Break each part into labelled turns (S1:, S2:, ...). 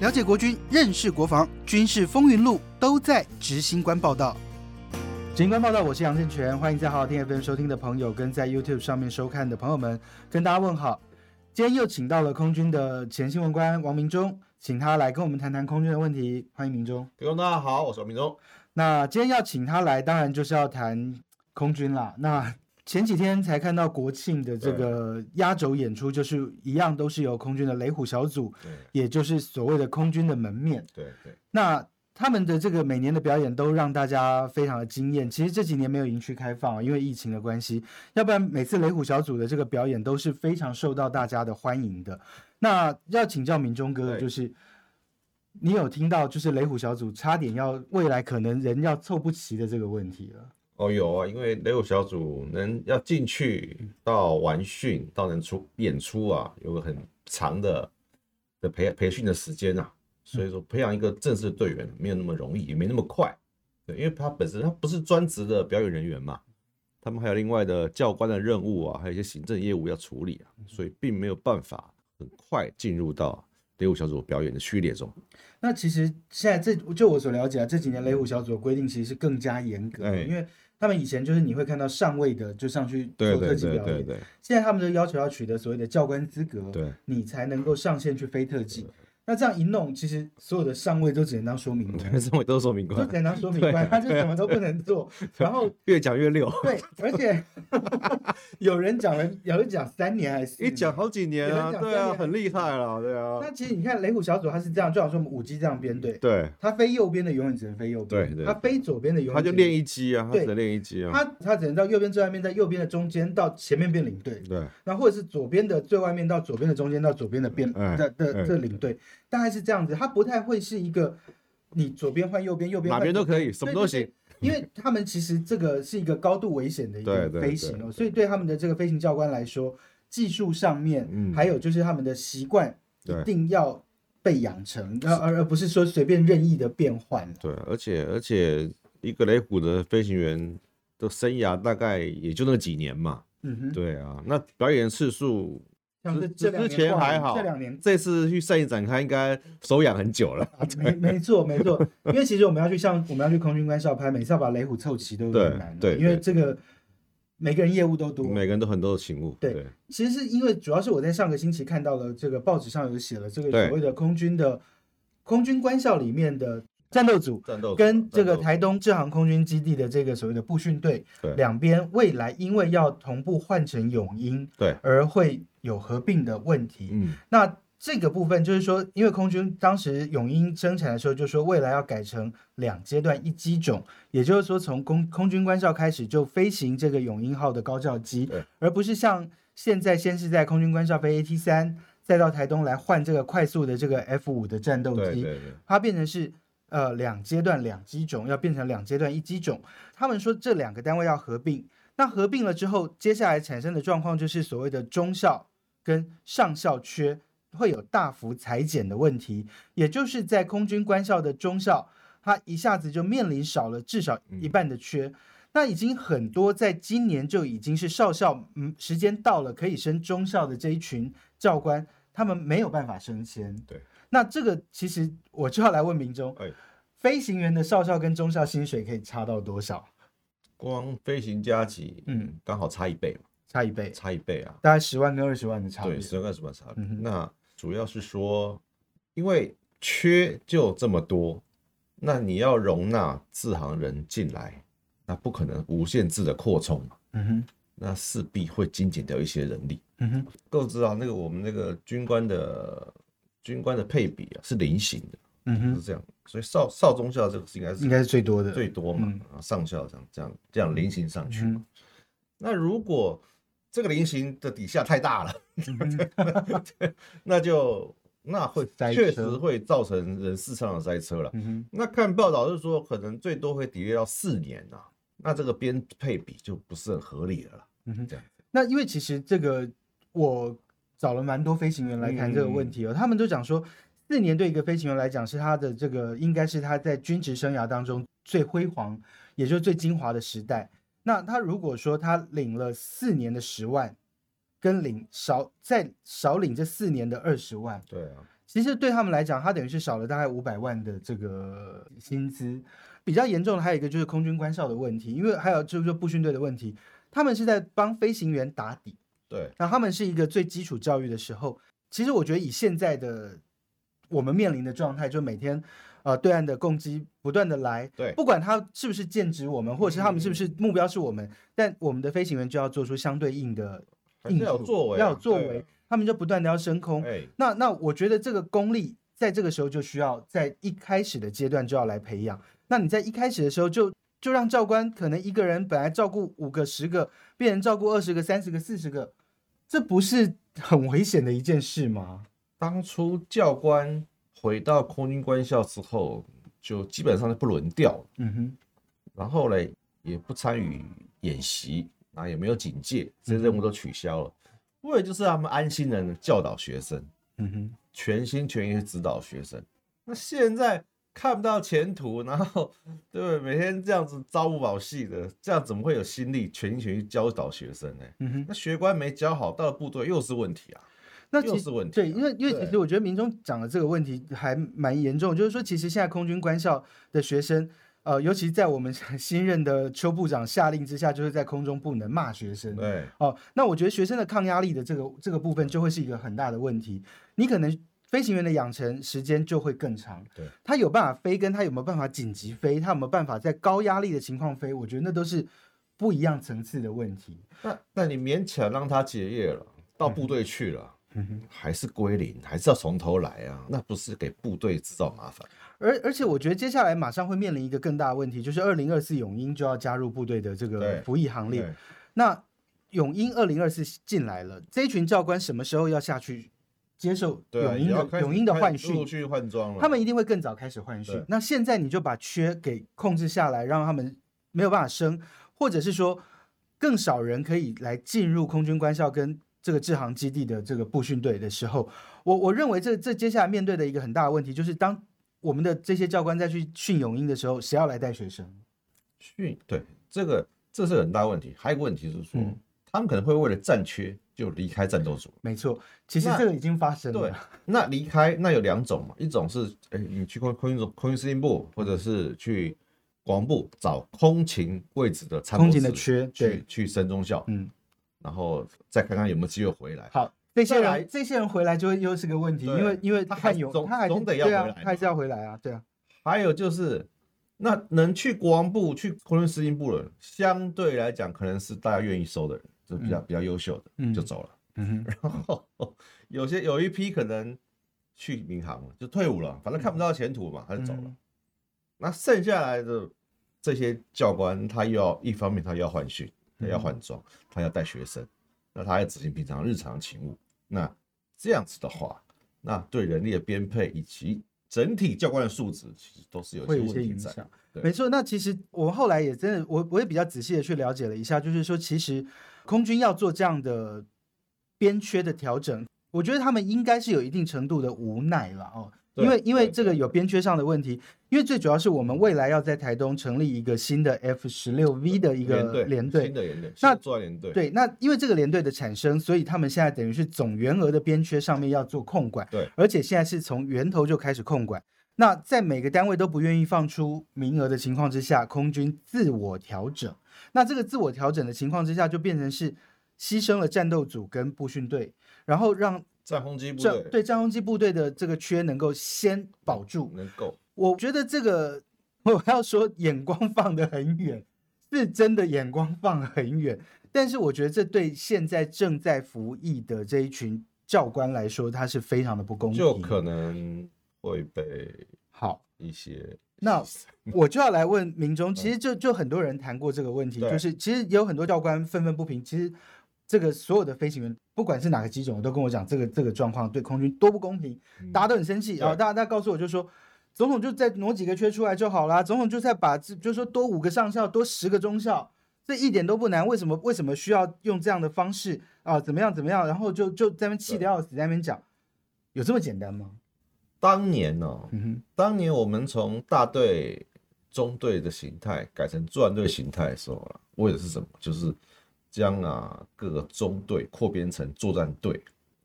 S1: 了解国军，认识国防，军事风云录都在执行官报道。
S2: 警官报道，我是杨正全，欢迎在好好听 FM 收听的朋友，跟在 YouTube 上面收看的朋友们，跟大家问好。今天又请到了空军的前新闻官王明忠，请他来跟我们谈谈空军的问题。欢迎明忠。
S3: 听众大家好，我是王明忠。
S2: 那今天要请他来，当然就是要谈空军啦。那前几天才看到国庆的这个压轴演出，就是一样都是由空军的雷虎小组，
S3: 对
S2: 也就是所谓的空军的门面。
S3: 对对，
S2: 那他们的这个每年的表演都让大家非常的惊艳。其实这几年没有营区开放啊，因为疫情的关系，要不然每次雷虎小组的这个表演都是非常受到大家的欢迎的。那要请教明忠哥，
S3: 对
S2: 就是你有听到就是雷虎小组差点要未来可能人要凑不齐的这个问题了？
S3: 哦有啊，因为雷虎小组能要进去到完训到能出演出啊，有个很长的的培培训的时间啊，所以说培养一个正式的队员没有那么容易，也没那么快。对，因为他本身他不是专职的表演人员嘛，他们还有另外的教官的任务啊，还有一些行政业务要处理啊，所以并没有办法很快进入到雷虎小组表演的序列中。
S2: 那其实现在这就我所了解啊，这几年雷虎小组的规定其实是更加严格的，
S3: 哎
S2: 因为他们以前就是你会看到上位的就上去做
S3: 对
S2: 特
S3: 对
S2: 技
S3: 对
S2: 表
S3: 对
S2: 演，
S3: 对
S2: 现在他们都要求要取得所谓的教官资格，
S3: 对，
S2: 你才能够上线去飞特技。那这样一弄，其实所有的上位都只能当说明 官，
S3: 对，这位都是说明
S2: 就
S3: 官
S2: 只，能当说明官，他就什么都不能做。然后
S3: 越讲越溜。
S2: 对，而 且有人讲了，有人讲三年还是四
S3: 一
S2: 年
S3: 讲。好几年啊，
S2: 有人讲
S3: 对
S2: 嗯三
S3: 啊，
S2: 年
S3: 很厉害了，对
S2: 那
S3: 啊，
S2: 其实你看雷虎小组，它是这样，就好像我们五 G 这样编队，
S3: 对，
S2: 它飞右边的永远只能飞右边，
S3: 对对
S2: 它飞左边的永远
S3: 他就
S2: 只能
S3: 练一击啊，他
S2: 对
S3: 只能练一击啊，
S2: 它它只能到右边最外面，在右边的中间到前面变领队，
S3: 对
S2: 然后或者是左边的最外面到左边的中间到左边的边
S3: 哎
S2: 的的
S3: 哎
S2: 这领队，大概是这样子，它不太会是一个你左边换右边，右边
S3: 哪
S2: 换
S3: 边
S2: 左
S3: 都可以，什么都，
S2: 对
S3: 行
S2: 对，对因为他们其实这个是一个高度危险的一个
S3: 对对
S2: 飞行哦，所以对他们的这个飞行教官来说，技术上面、
S3: 嗯
S2: 还有就是他们的习惯一
S3: 对
S2: 定要被养成，而而而不是说随便任意的变换。
S3: 对，而且而且一个雷虎的飞行员的生涯大概也就那几年嘛，
S2: 嗯哼，
S3: 对啊，那表演次数，
S2: 像这
S3: 之
S2: 这两
S3: 之
S2: 年
S3: 前
S2: 挂
S3: 还
S2: 名
S3: 好
S2: 这两年
S3: 这次去赛影展开应该手痒很久了，
S2: 没没错没错，因为其实我们要去像我们要去空军官校拍，每次要把雷虎凑齐都有点
S3: 对
S2: 难啊，
S3: 对
S2: 因为
S3: 对
S2: 这个每个人业务都多。
S3: 每个人都很多的情物，
S2: 对
S3: 对
S2: 其实是因为主要是我在上个星期看到了这个报纸上有写了这个
S3: 对
S2: 所谓的空军的空军官校里面的战斗组。
S3: 战斗
S2: 跟这个台东志航空军基地的这个所谓的步训队
S3: 对，
S2: 两边未来因为要同步换成永鹰，
S3: 对，
S2: 而会有合并的问题。
S3: 嗯
S2: 那这个部分就是说，因为空军当时永鹰生产的时候就说，未来要改成两阶段一机种，也就是说从空空军官校开始就飞行这个永鹰号的高教机
S3: 对，
S2: 而不是像现在先是在空军官校飞 AT 三，再到台东来换这个快速的这个 F 五的战斗
S3: 对对
S2: 机，
S3: 对
S2: 它变成是。呃，两阶段两机种要变成两阶段一机种，他们说这两个单位要合并。那合并了之后，接下来产生的状况就是所谓的中校跟上校缺会有大幅裁减的问题，也就是在空军官校的中校，它一下子就面临少了至少一半的缺。那已经很多在今年就已经是少校，嗯，时间到了可以升中校的这一群教官，他们没有办法升迁。
S3: 对，
S2: 那这个其实我就要来问明忠，
S3: 哎
S2: 飞行员的少校跟中校薪水可以差到多少？
S3: 光飞行加级，
S2: 嗯，
S3: 刚好差一倍嘛，
S2: 差一倍，
S3: 差一倍啊，
S2: 大概十万跟二十万的差别
S3: 对，。十万跟十万差别。
S2: 嗯哼
S3: 那主要是说，因为缺就这么多，那你要容纳自行人进来，那不可能无限制的扩充嘛，
S2: 嗯哼，
S3: 那势必会精简掉一些人力。
S2: 嗯哼，
S3: 各位知道那个我们那个军官的军官的配比啊是菱形的，
S2: 嗯
S3: 是
S2: 哼，
S3: 这样，所以少少中校这个是应该
S2: 应
S3: 是
S2: 该是最多的。
S3: 最多嘛
S2: 嗯，
S3: 啊上校这样这样这样菱形上去
S2: 嗯
S3: 嘛。那如果这个菱形的底下太大了。
S2: 嗯哼，
S3: 那就那会
S2: 塞
S3: 确实
S2: 车
S3: 会造成人事上的塞车了。
S2: 嗯哼，
S3: 那看报道是说，可能最多会 delay 到四年啊，那这个编配比就不是很合理了啦。
S2: 嗯哼
S3: 这样，
S2: 那因为其实这个我找了蛮多飞行员来谈这个问
S3: 嗯
S2: 题哦，他们都讲说，四年对一个飞行员来讲是他的这个应该是他在军职生涯当中最辉煌，也就是最精华的时代。那他如果说他领了四年的十万，跟领少再少领这四年的二十万，
S3: 对啊，
S2: 其实对他们来讲，他等于是少了大概五百万的这个薪资。比较严重的还有一个就是空军官校的问题，因为还有就是说步训队的问题，他们是在帮飞行员打底，
S3: 对，
S2: 那他们是一个最基础教育的时候。其实我觉得以现在的我们面临的状态，就每天呃对岸的攻击不断的来，
S3: 对嗯
S2: 不管他是不是剑指我们，或者是他们是不是目标是我们，但我们的飞行员就要做出相对应的
S3: 还
S2: 应
S3: 是要有
S2: 处
S3: 作为啊，
S2: 要有作
S3: 对
S2: 为，他们就不断的要升空。
S3: 哎，
S2: 那那我觉得这个功力在这个时候就需要在一开始的阶段就要来培养。那你在一开始的时候就就让教官可能一个人本来照顾五个、十个，变成照顾二十个、三十个、四十个，这不是很危险的一件事吗？
S3: 当初教官回到空军官校之后，就基本上就不轮调了，
S2: 嗯哼，
S3: 然后呢也不参与演习，啊也没有警戒，这些任务都取消了，为了就是让他们安心的教导学生，
S2: 嗯哼，
S3: 全心全意去指导学生。那现在看不到前途，然后
S2: 嗯
S3: 对不对？每天这样子朝不保夕的，这样怎么会有心力全心全意教导学生呢？
S2: 嗯哼。
S3: 那学官没教好，到了部队又是问题啊。
S2: 那
S3: 又
S2: 其
S3: 是问题
S2: 对，
S3: 啊
S2: 因为因为其
S3: 对
S2: 实我觉得民众讲的这个问题还蛮严重，就是说，其实现在空军官校的学生，呃，尤其在我们 新任的邱部长下令之下，就是在空中不能骂学生。
S3: 对，
S2: 哦，那我觉得学生的抗压力的这个这个部分就会是一个很大的问题。你可能飞行员的养成时间就会更长，
S3: 对，
S2: 他有办法飞，跟他有没有办法紧急飞，他有没有办法在高压力的情况飞，我觉得那都是不一样层次的问题。
S3: 那那你勉强让他结业了，到部队去了，
S2: 嗯哼。
S3: 还是归零，还是要从头来啊？那不是给部队制造麻烦？
S2: 而而且我觉得接下来马上会面临一个更大的问题，就是二零二四永鹰就要加入部队的这个
S3: 对
S2: 服役行列。
S3: 对
S2: 那永鹰二零二四进来了，这一群教官什么时候要下去接受
S3: 对啊，
S2: 永
S3: 也
S2: 鹰
S3: 要
S2: 的
S3: 开始
S2: 永鹰的
S3: 开
S2: 换
S3: 陆
S2: 训？
S3: 续换装了。
S2: 他们一定会更早开始换训
S3: 嗯对。
S2: 那现在你就把缺给控制下来，让他们没有办法升，或者是说更少人可以来进入空军官校跟这个制航基地的这个步训队的时候，我 我认为这这接下来面对的一个很大的问题就是，当我们的这些教官再去训泳鹰的时候，谁要来带学生？
S3: 训对这个这是很大问题。还有一个问题是说，
S2: 嗯
S3: 他们可能会为了占缺就离开战斗组。
S2: 没错，其实
S3: 那
S2: 这个已经发生
S3: 对
S2: 了。，
S3: 那离开那有两种嘛，一种是哎、你去空空军总空军司令部，或者是去国防部找空勤位置的参谋
S2: 空勤的
S3: 室
S2: 缺对
S3: 去去升中校，
S2: 嗯，
S3: 然后再看看有没有机会回来。
S2: 好，这些
S3: 再来
S2: 人这些人回来就会又是个问题，
S3: 对
S2: 因为因为
S3: 他还
S2: 汉勇
S3: 总
S2: 他还是
S3: 总得要
S2: 对啊
S3: 回来嘛
S2: 他还是要回来啊，对啊，
S3: 还有就是，那能去国防部、去空军司令部的人，相对来讲可能是大家愿意收的人，就比较、比较优秀的，
S2: 嗯
S3: 就走了。
S2: 嗯哼，
S3: 然后有些有一批可能去民航了，就退伍了，反正看不到前途嘛，他就走了。
S2: 嗯
S3: 那剩下来的这些教官，他又要一方面他又要换训，
S2: 嗯
S3: 他要换装，他要带学生，那他要执行平常日常勤务。那这样子的话，那对人力的编配以及整体教官的素质，其实都是有
S2: 会
S3: 些
S2: 有一
S3: 问
S2: 些
S3: 题
S2: 影
S3: 在。
S2: 响。
S3: 对
S2: 没错，那其实我后来也真的，我我也比较仔细的去了解了一下，就是说，其实空军要做这样的编缺的调整，我觉得他们应该是有一定程度的无奈了哦，
S3: 对
S2: 因为因为
S3: 对
S2: 这个
S3: 对
S2: 有编缺上的问题，因为最主要是我们未来要在台东成立一个新的 F 十六 V 的一
S3: 连
S2: 个
S3: 队，
S2: 连队
S3: 新，的连队，
S2: 那
S3: 新的作战连队，
S2: 对，那因为这个连队的产生，所以他们现在等于是总员额的编缺上面要做控管，
S3: 对，
S2: 而且现在是从源头就开始控管。那在每个单位都不愿意放出名额的情况之下，空军自我调整。那这个自我调整的情况之下，就变成是牺牲了战斗组跟步训队，然后让
S3: 战轰击部
S2: 战
S3: 队
S2: 对战空机部队的这个缺能够先保住。
S3: 能够
S2: 我觉得这个我要说眼光放得很远，是真的眼光放得很远。 但是我觉得这对现在正在服役的这一群教官来说，他是非常的不公平。
S3: 就可能会被
S2: 好，
S3: 一些
S2: 那我就要来问民众，其实就就很多人谈过这个问题，
S3: 嗯对
S2: 就是其实有很多教官愤愤不平，其实。这个所有的飞行员，不管是哪个机种，都跟我讲这个这个状况对空军多不公平。
S3: 嗯
S2: 大家都很生气，然后
S3: 对
S2: 大家大家告诉我就说，总统就再挪几个缺出来就好啦，总统就再把这就说多五个上校，多十个中校，这一点都不难，为什么为什么需要用这样的方式啊？怎么样怎么样？然后就就在那边气得要死，在那边讲，有这么简单吗？
S3: 当年哦、
S2: 嗯
S3: 当年我们从大队、中队的形态改成作战队形态的时候了，为的是什么？就是将啊各个中队扩编成作战队，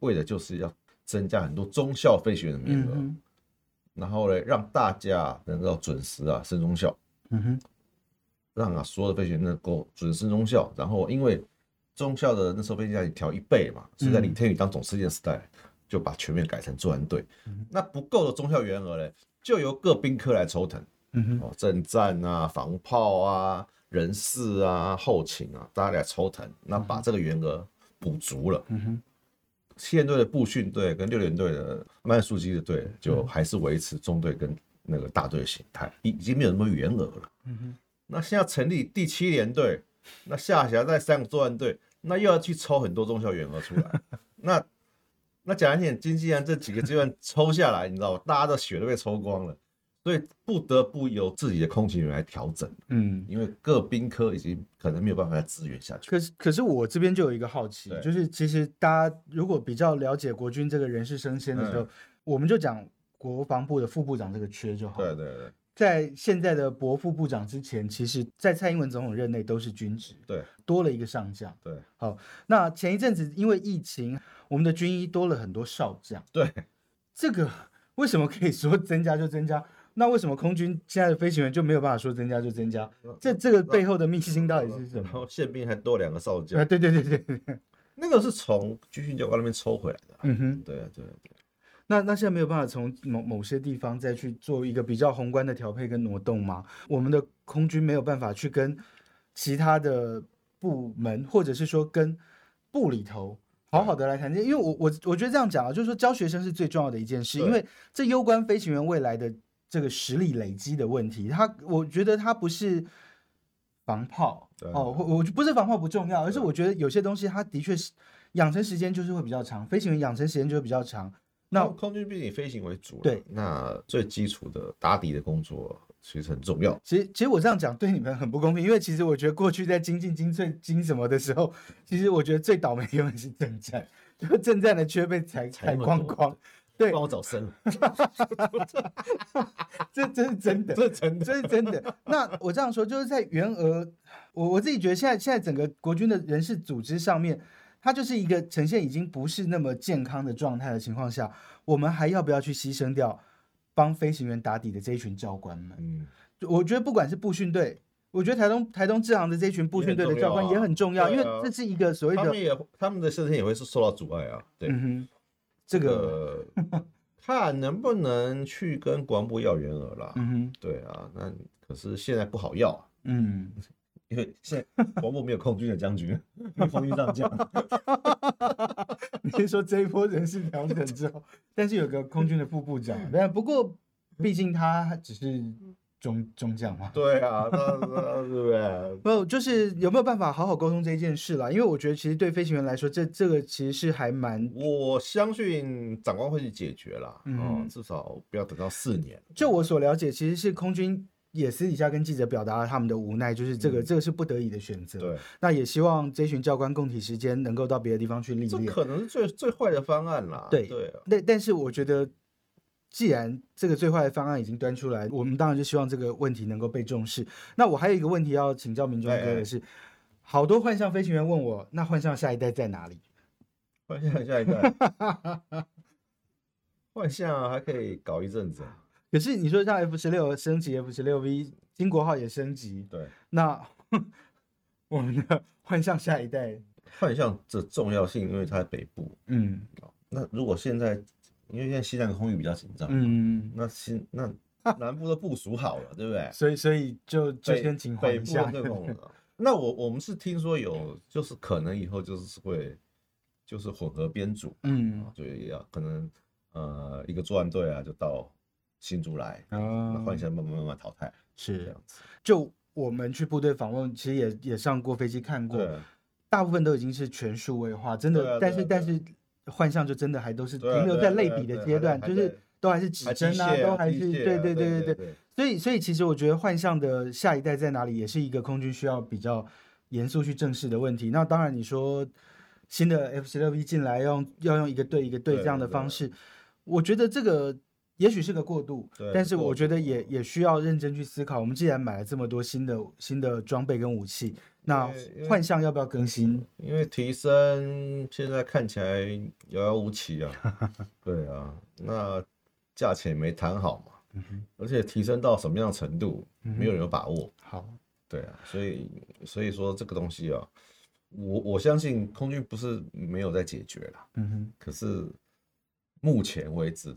S3: 为的就是要增加很多中校飞行员的名
S2: 嗯
S3: 额，
S2: 哼，
S3: 然后呢，让大家能够准时啊升中校，
S2: 嗯哼，
S3: 让啊所有的飞行员能够准时升中校。然后因为中校的那时候飞机在调一倍嘛，所以在
S2: 嗯
S3: 李天宇当总司令的时代，就把全面改成作战队。那不够的中校员额呢，就由各兵科来抽腾。
S2: 嗯哼，
S3: 哦，政战啊、防炮啊、人事啊、后勤啊，大家来抽腾，那把这个员额补足了。
S2: 嗯哼，
S3: 七连队的步训队跟六连队的慢速机的队，就还是维持中队跟那个大队的形态，已已经没有什么员额了。
S2: 嗯哼，
S3: 那现在成立第七连队，那下辖在三个作战队，那又要去抽很多中小员额出 来，那。那讲一点，经济上这几个阶段抽下来，你知道吗？大家的血都被抽光了，所以不得不由自己的空勤员来调整。
S2: 嗯。
S3: 因为各兵科已经可能没有办法再支援下去。
S2: 可是，可是我这边就有一个好奇，
S3: 对
S2: 就是其实大家如果比较了解国军这个人事升迁的时候，
S3: 嗯
S2: 我们就讲国防部的副部长这个缺就好了。
S3: 对对对
S2: 在现在的国副部长之前，其实，在蔡英文总统任内都是军职，
S3: 对
S2: 多了一个上将。
S3: 对
S2: 那前一阵子因为疫情，我们的军医多了很多少将，
S3: 对，
S2: 这个为什么可以说增加就增加？那为什么空军现在的飞行员就没有办法说增加就增加？这这个背后的秘辛到底是什
S3: 然
S2: 么？
S3: 后宪兵还多两个少
S2: 啊，
S3: 将，
S2: 对对对对对，
S3: 那个是从军训教官那边抽回来的啊。
S2: 嗯哼。
S3: 对啊对啊对啊，
S2: 那那现在没有办法从某某些地方再去做一个比较宏观的调配跟挪动吗？我们的空军没有办法去跟其他的部门，或者是说跟部里头好好的来谈这，因为我我我觉得这样讲啊，就是说教学生是最重要的一件事，
S3: 对
S2: 因为这攸关飞行员未来的这个实力累积的问题。他我觉得他不是。防炮
S3: 对
S2: 哦，我我不是防炮不重要，而是我觉得有些东西它的确是养成时间就是会比较长，飞行员养成时间就会比较长，那
S3: 空空军毕竟以飞行为主了，
S2: 对
S3: 那最基础的打底的工作其实很重要。
S2: 其实，其实我这样讲对你们很不公平，因为其实我觉得过去在精进、精粹、精什么的时候，其实我觉得最倒霉的永远是政战，就政战的缺被裁
S3: 裁
S2: 裁
S3: 那么
S2: 光
S3: 多
S2: 光，对
S3: 帮我找生了，
S2: 这这是真的，
S3: 这真的。
S2: 这是真的。那我这样说，就是在员额，我我自己觉得现在现在整个国军的人事组织上面，它就是一个呈现已经不是那么健康的状态的情况下，我们还要不要去牺牲掉帮飞行员打底的这一群教官们？
S3: 嗯，
S2: 就我觉得不管是步训队，我觉得台东台东志航的这群步
S3: 也
S2: 训
S3: 很
S2: 队的
S3: 重
S2: 教
S3: 要
S2: 官
S3: 啊
S2: 也很重要，
S3: 对
S2: 因为
S3: 啊
S2: 这是一个所谓
S3: 他
S2: 的
S3: 们也他们的升迁也会是受到阻碍啊。对，
S2: 嗯哼，这个
S3: 呃看能不能去跟国防部要员额啦。
S2: 嗯哼
S3: 对啊，那可是现在不好要啊。
S2: 嗯，
S3: 因为现在国防部没有空军的将军，没有空军 上将，
S2: 你是说这一波人事调整之后，但是有个空军的副部长，但不过毕竟他只是中中将嘛，
S3: 对啊，那那对不对？
S2: 没有，就是有没有办法好好沟通这一件事啦？因为我觉得其实对飞行员来说，这这个其实是还蛮
S3: 我相信长官会去解决啦，
S2: 嗯
S3: 嗯，至少不要等到四年。
S2: 就我所了解，其实是空军也私底下跟记者表达了他们的无奈，就是这个、
S3: 嗯
S2: 这个是不得已的选择。
S3: 对，
S2: 那也希望这群教官共体时间能够到别的地方去历
S3: 这
S2: 练。
S3: 可能是最最坏的方案啦。
S2: 对
S3: 对啊，
S2: 但但是我觉得，既然这个最坏的方案已经端出来，我们当然就希望这个问题能够被重视。那我还有一个问题要请教明忠哥
S3: 哎
S2: 的
S3: 哎
S2: 是，好多幻象飞行员问我，那幻象下一代在哪里？
S3: 换下下一代， 换下还可以搞一阵子啊。
S2: 可是你说像 F 十六升级，F 十六 V 金国号也升级，
S3: 对，
S2: 那 我们的幻象下一代，
S3: 换象这重要性，因为它在北部。
S2: 嗯
S3: 那如果现在，因为现在西南空域比较紧张，
S2: 嗯，
S3: 那新那南部都部署好了，对不对？
S2: 所以所以就 就
S3: 北
S2: 先请
S3: 北
S2: 缓一
S3: 部
S2: 下
S3: 的，对碰了。那我我们是听说有，就是可能以后就是会，就是混合编组，
S2: 嗯
S3: 啊，就也要可能呃一个作案队啊就到新竹来，
S2: 啊
S3: 那换一下慢慢慢慢淘汰这
S2: 是
S3: 样子。
S2: 就我们去部队访问，其实也也上过飞机看过，
S3: 对
S2: 大部分都已经是全数位化，真的。
S3: 对啊
S2: 但
S3: 对
S2: 是
S3: 啊
S2: 但是幻象就真的还都是停
S3: 对啊
S2: 留
S3: 对啊
S2: 在
S3: 对
S2: 类
S3: 啊
S2: 比的
S3: 对
S2: 阶
S3: 还在
S2: 段，
S3: 还
S2: 就是
S3: 在
S2: 都还是指
S3: 还机
S2: 针
S3: 械
S2: 都
S3: 啊
S2: 还
S3: 机
S2: 是
S3: 械
S2: 对
S3: 啊
S2: 对
S3: 对
S2: 对对。
S3: 对对
S2: 所以所以其实我觉得幻象的下一代在哪里，也是一个空军需要比较严肃去正视的问题。那当然你说新的 F 十六 V 进来要用要用一个对一个对
S3: 对
S2: 这样的
S3: 对
S2: 方
S3: 对
S2: 式，我觉得这个也许是个过渡
S3: 对，
S2: 但
S3: 是
S2: 是我
S3: 过
S2: 觉得
S3: 渡嗯
S2: 也也需要认真去思考。我们既然买了这么多新的新的装备跟武器，那
S3: 对
S2: 换项要不要更新？
S3: 因为提升现在看起来遥遥无 期啊，对啊，那价钱也没谈好嘛，
S2: 嗯
S3: 而且提升到什么样的程度，没有人有把握，
S2: 好，
S3: 对啊，所以所以说这个东西啊，我我相信空军不是没有在解决啦，
S2: 嗯哼，
S3: 可是目前为止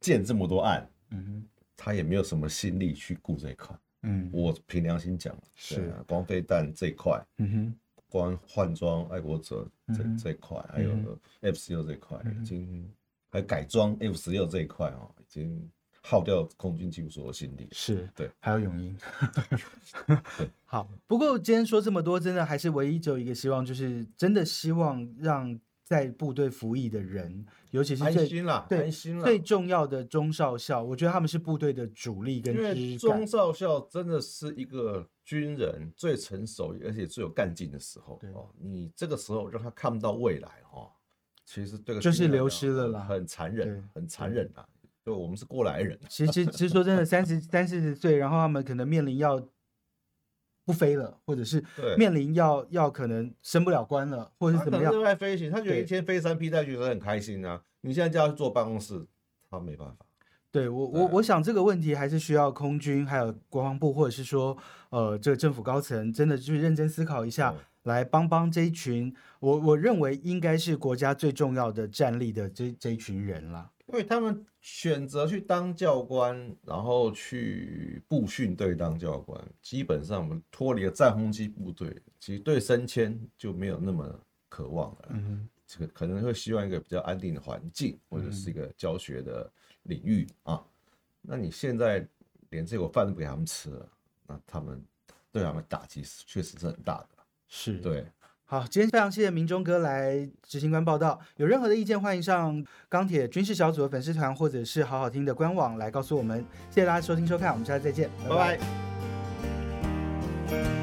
S3: 建这么多案，
S2: 嗯哼，
S3: 他也没有什么心力去顾这一块，
S2: 嗯，
S3: 我凭良心讲，对
S2: 是
S3: 啊，光飞弹这一块。
S2: 嗯哼，
S3: 光换装爱国者这、
S2: 嗯哼
S3: 这一块，还有
S2: 嗯哼
S3: F 十六这一块，
S2: 嗯哼
S3: 已经还有改装 F 十六这一块哦，已经耗掉空军几乎所有心力了。
S2: 是
S3: 嗯对，
S2: 还有永英。 好，不过今天说这么多，真的还是唯一只有一个希望，就是真的希望让在部队服役的人，尤其是
S3: 安
S2: 最
S3: 心啦，
S2: 对
S3: 安心啦。
S2: 最重要的中少校，我觉得他们是部队的主力跟
S3: 因为
S2: 枝干
S3: 中。少校真的是一个军人最成熟，而且最有干劲的时候
S2: 对
S3: 哦。你这个时候让他看不到未来哦，其实对个
S2: 就是
S3: 军人来
S2: 流
S3: 讲
S2: 失了
S3: 很
S2: 啦
S3: 很残
S2: 对
S3: 忍，很残忍啊。对，我们是过来人 啊，
S2: 其实，其实说真的，三十三四十岁，然后他们可能面临要不飞了，或者是
S3: 对，
S2: 面临要要可能升不了官了，或者
S3: 他
S2: 是
S3: 可
S2: 怎么样
S3: 能热？爱飞行，他觉得
S2: 对
S3: 一天飞三批，他觉得很开心啊。你现在叫他去坐办公室，他没办法。
S2: 对我，我我想这个问题还是需要空军、还有国防部，或者是说，呃，这个政府高层真的去认真思考一下
S3: 嗯，
S2: 来帮帮这一群，我我认为应该是国家最重要的战力的这这一群人啦。
S3: 因为他们选择去当教官，然后去部训队当教官，基本上我们脱离了战轰机部队，其实对升迁就没有那么渴望了。
S2: 嗯，
S3: 这个可能会希望一个比较安定的环境，或者
S2: 嗯
S3: 是一个教学的领域啊。那你现在连这口饭都不给他们吃了，那他们对他们打击是确实是很大的。
S2: 是。
S3: 对，
S2: 好，今天非常谢谢明忠哥来执行官报道。有任何的意见，欢迎上钢铁军事小组的粉丝团，或者是好好听的官网来告诉我们。谢谢大家收听收看，我们下次再见，
S3: 拜拜。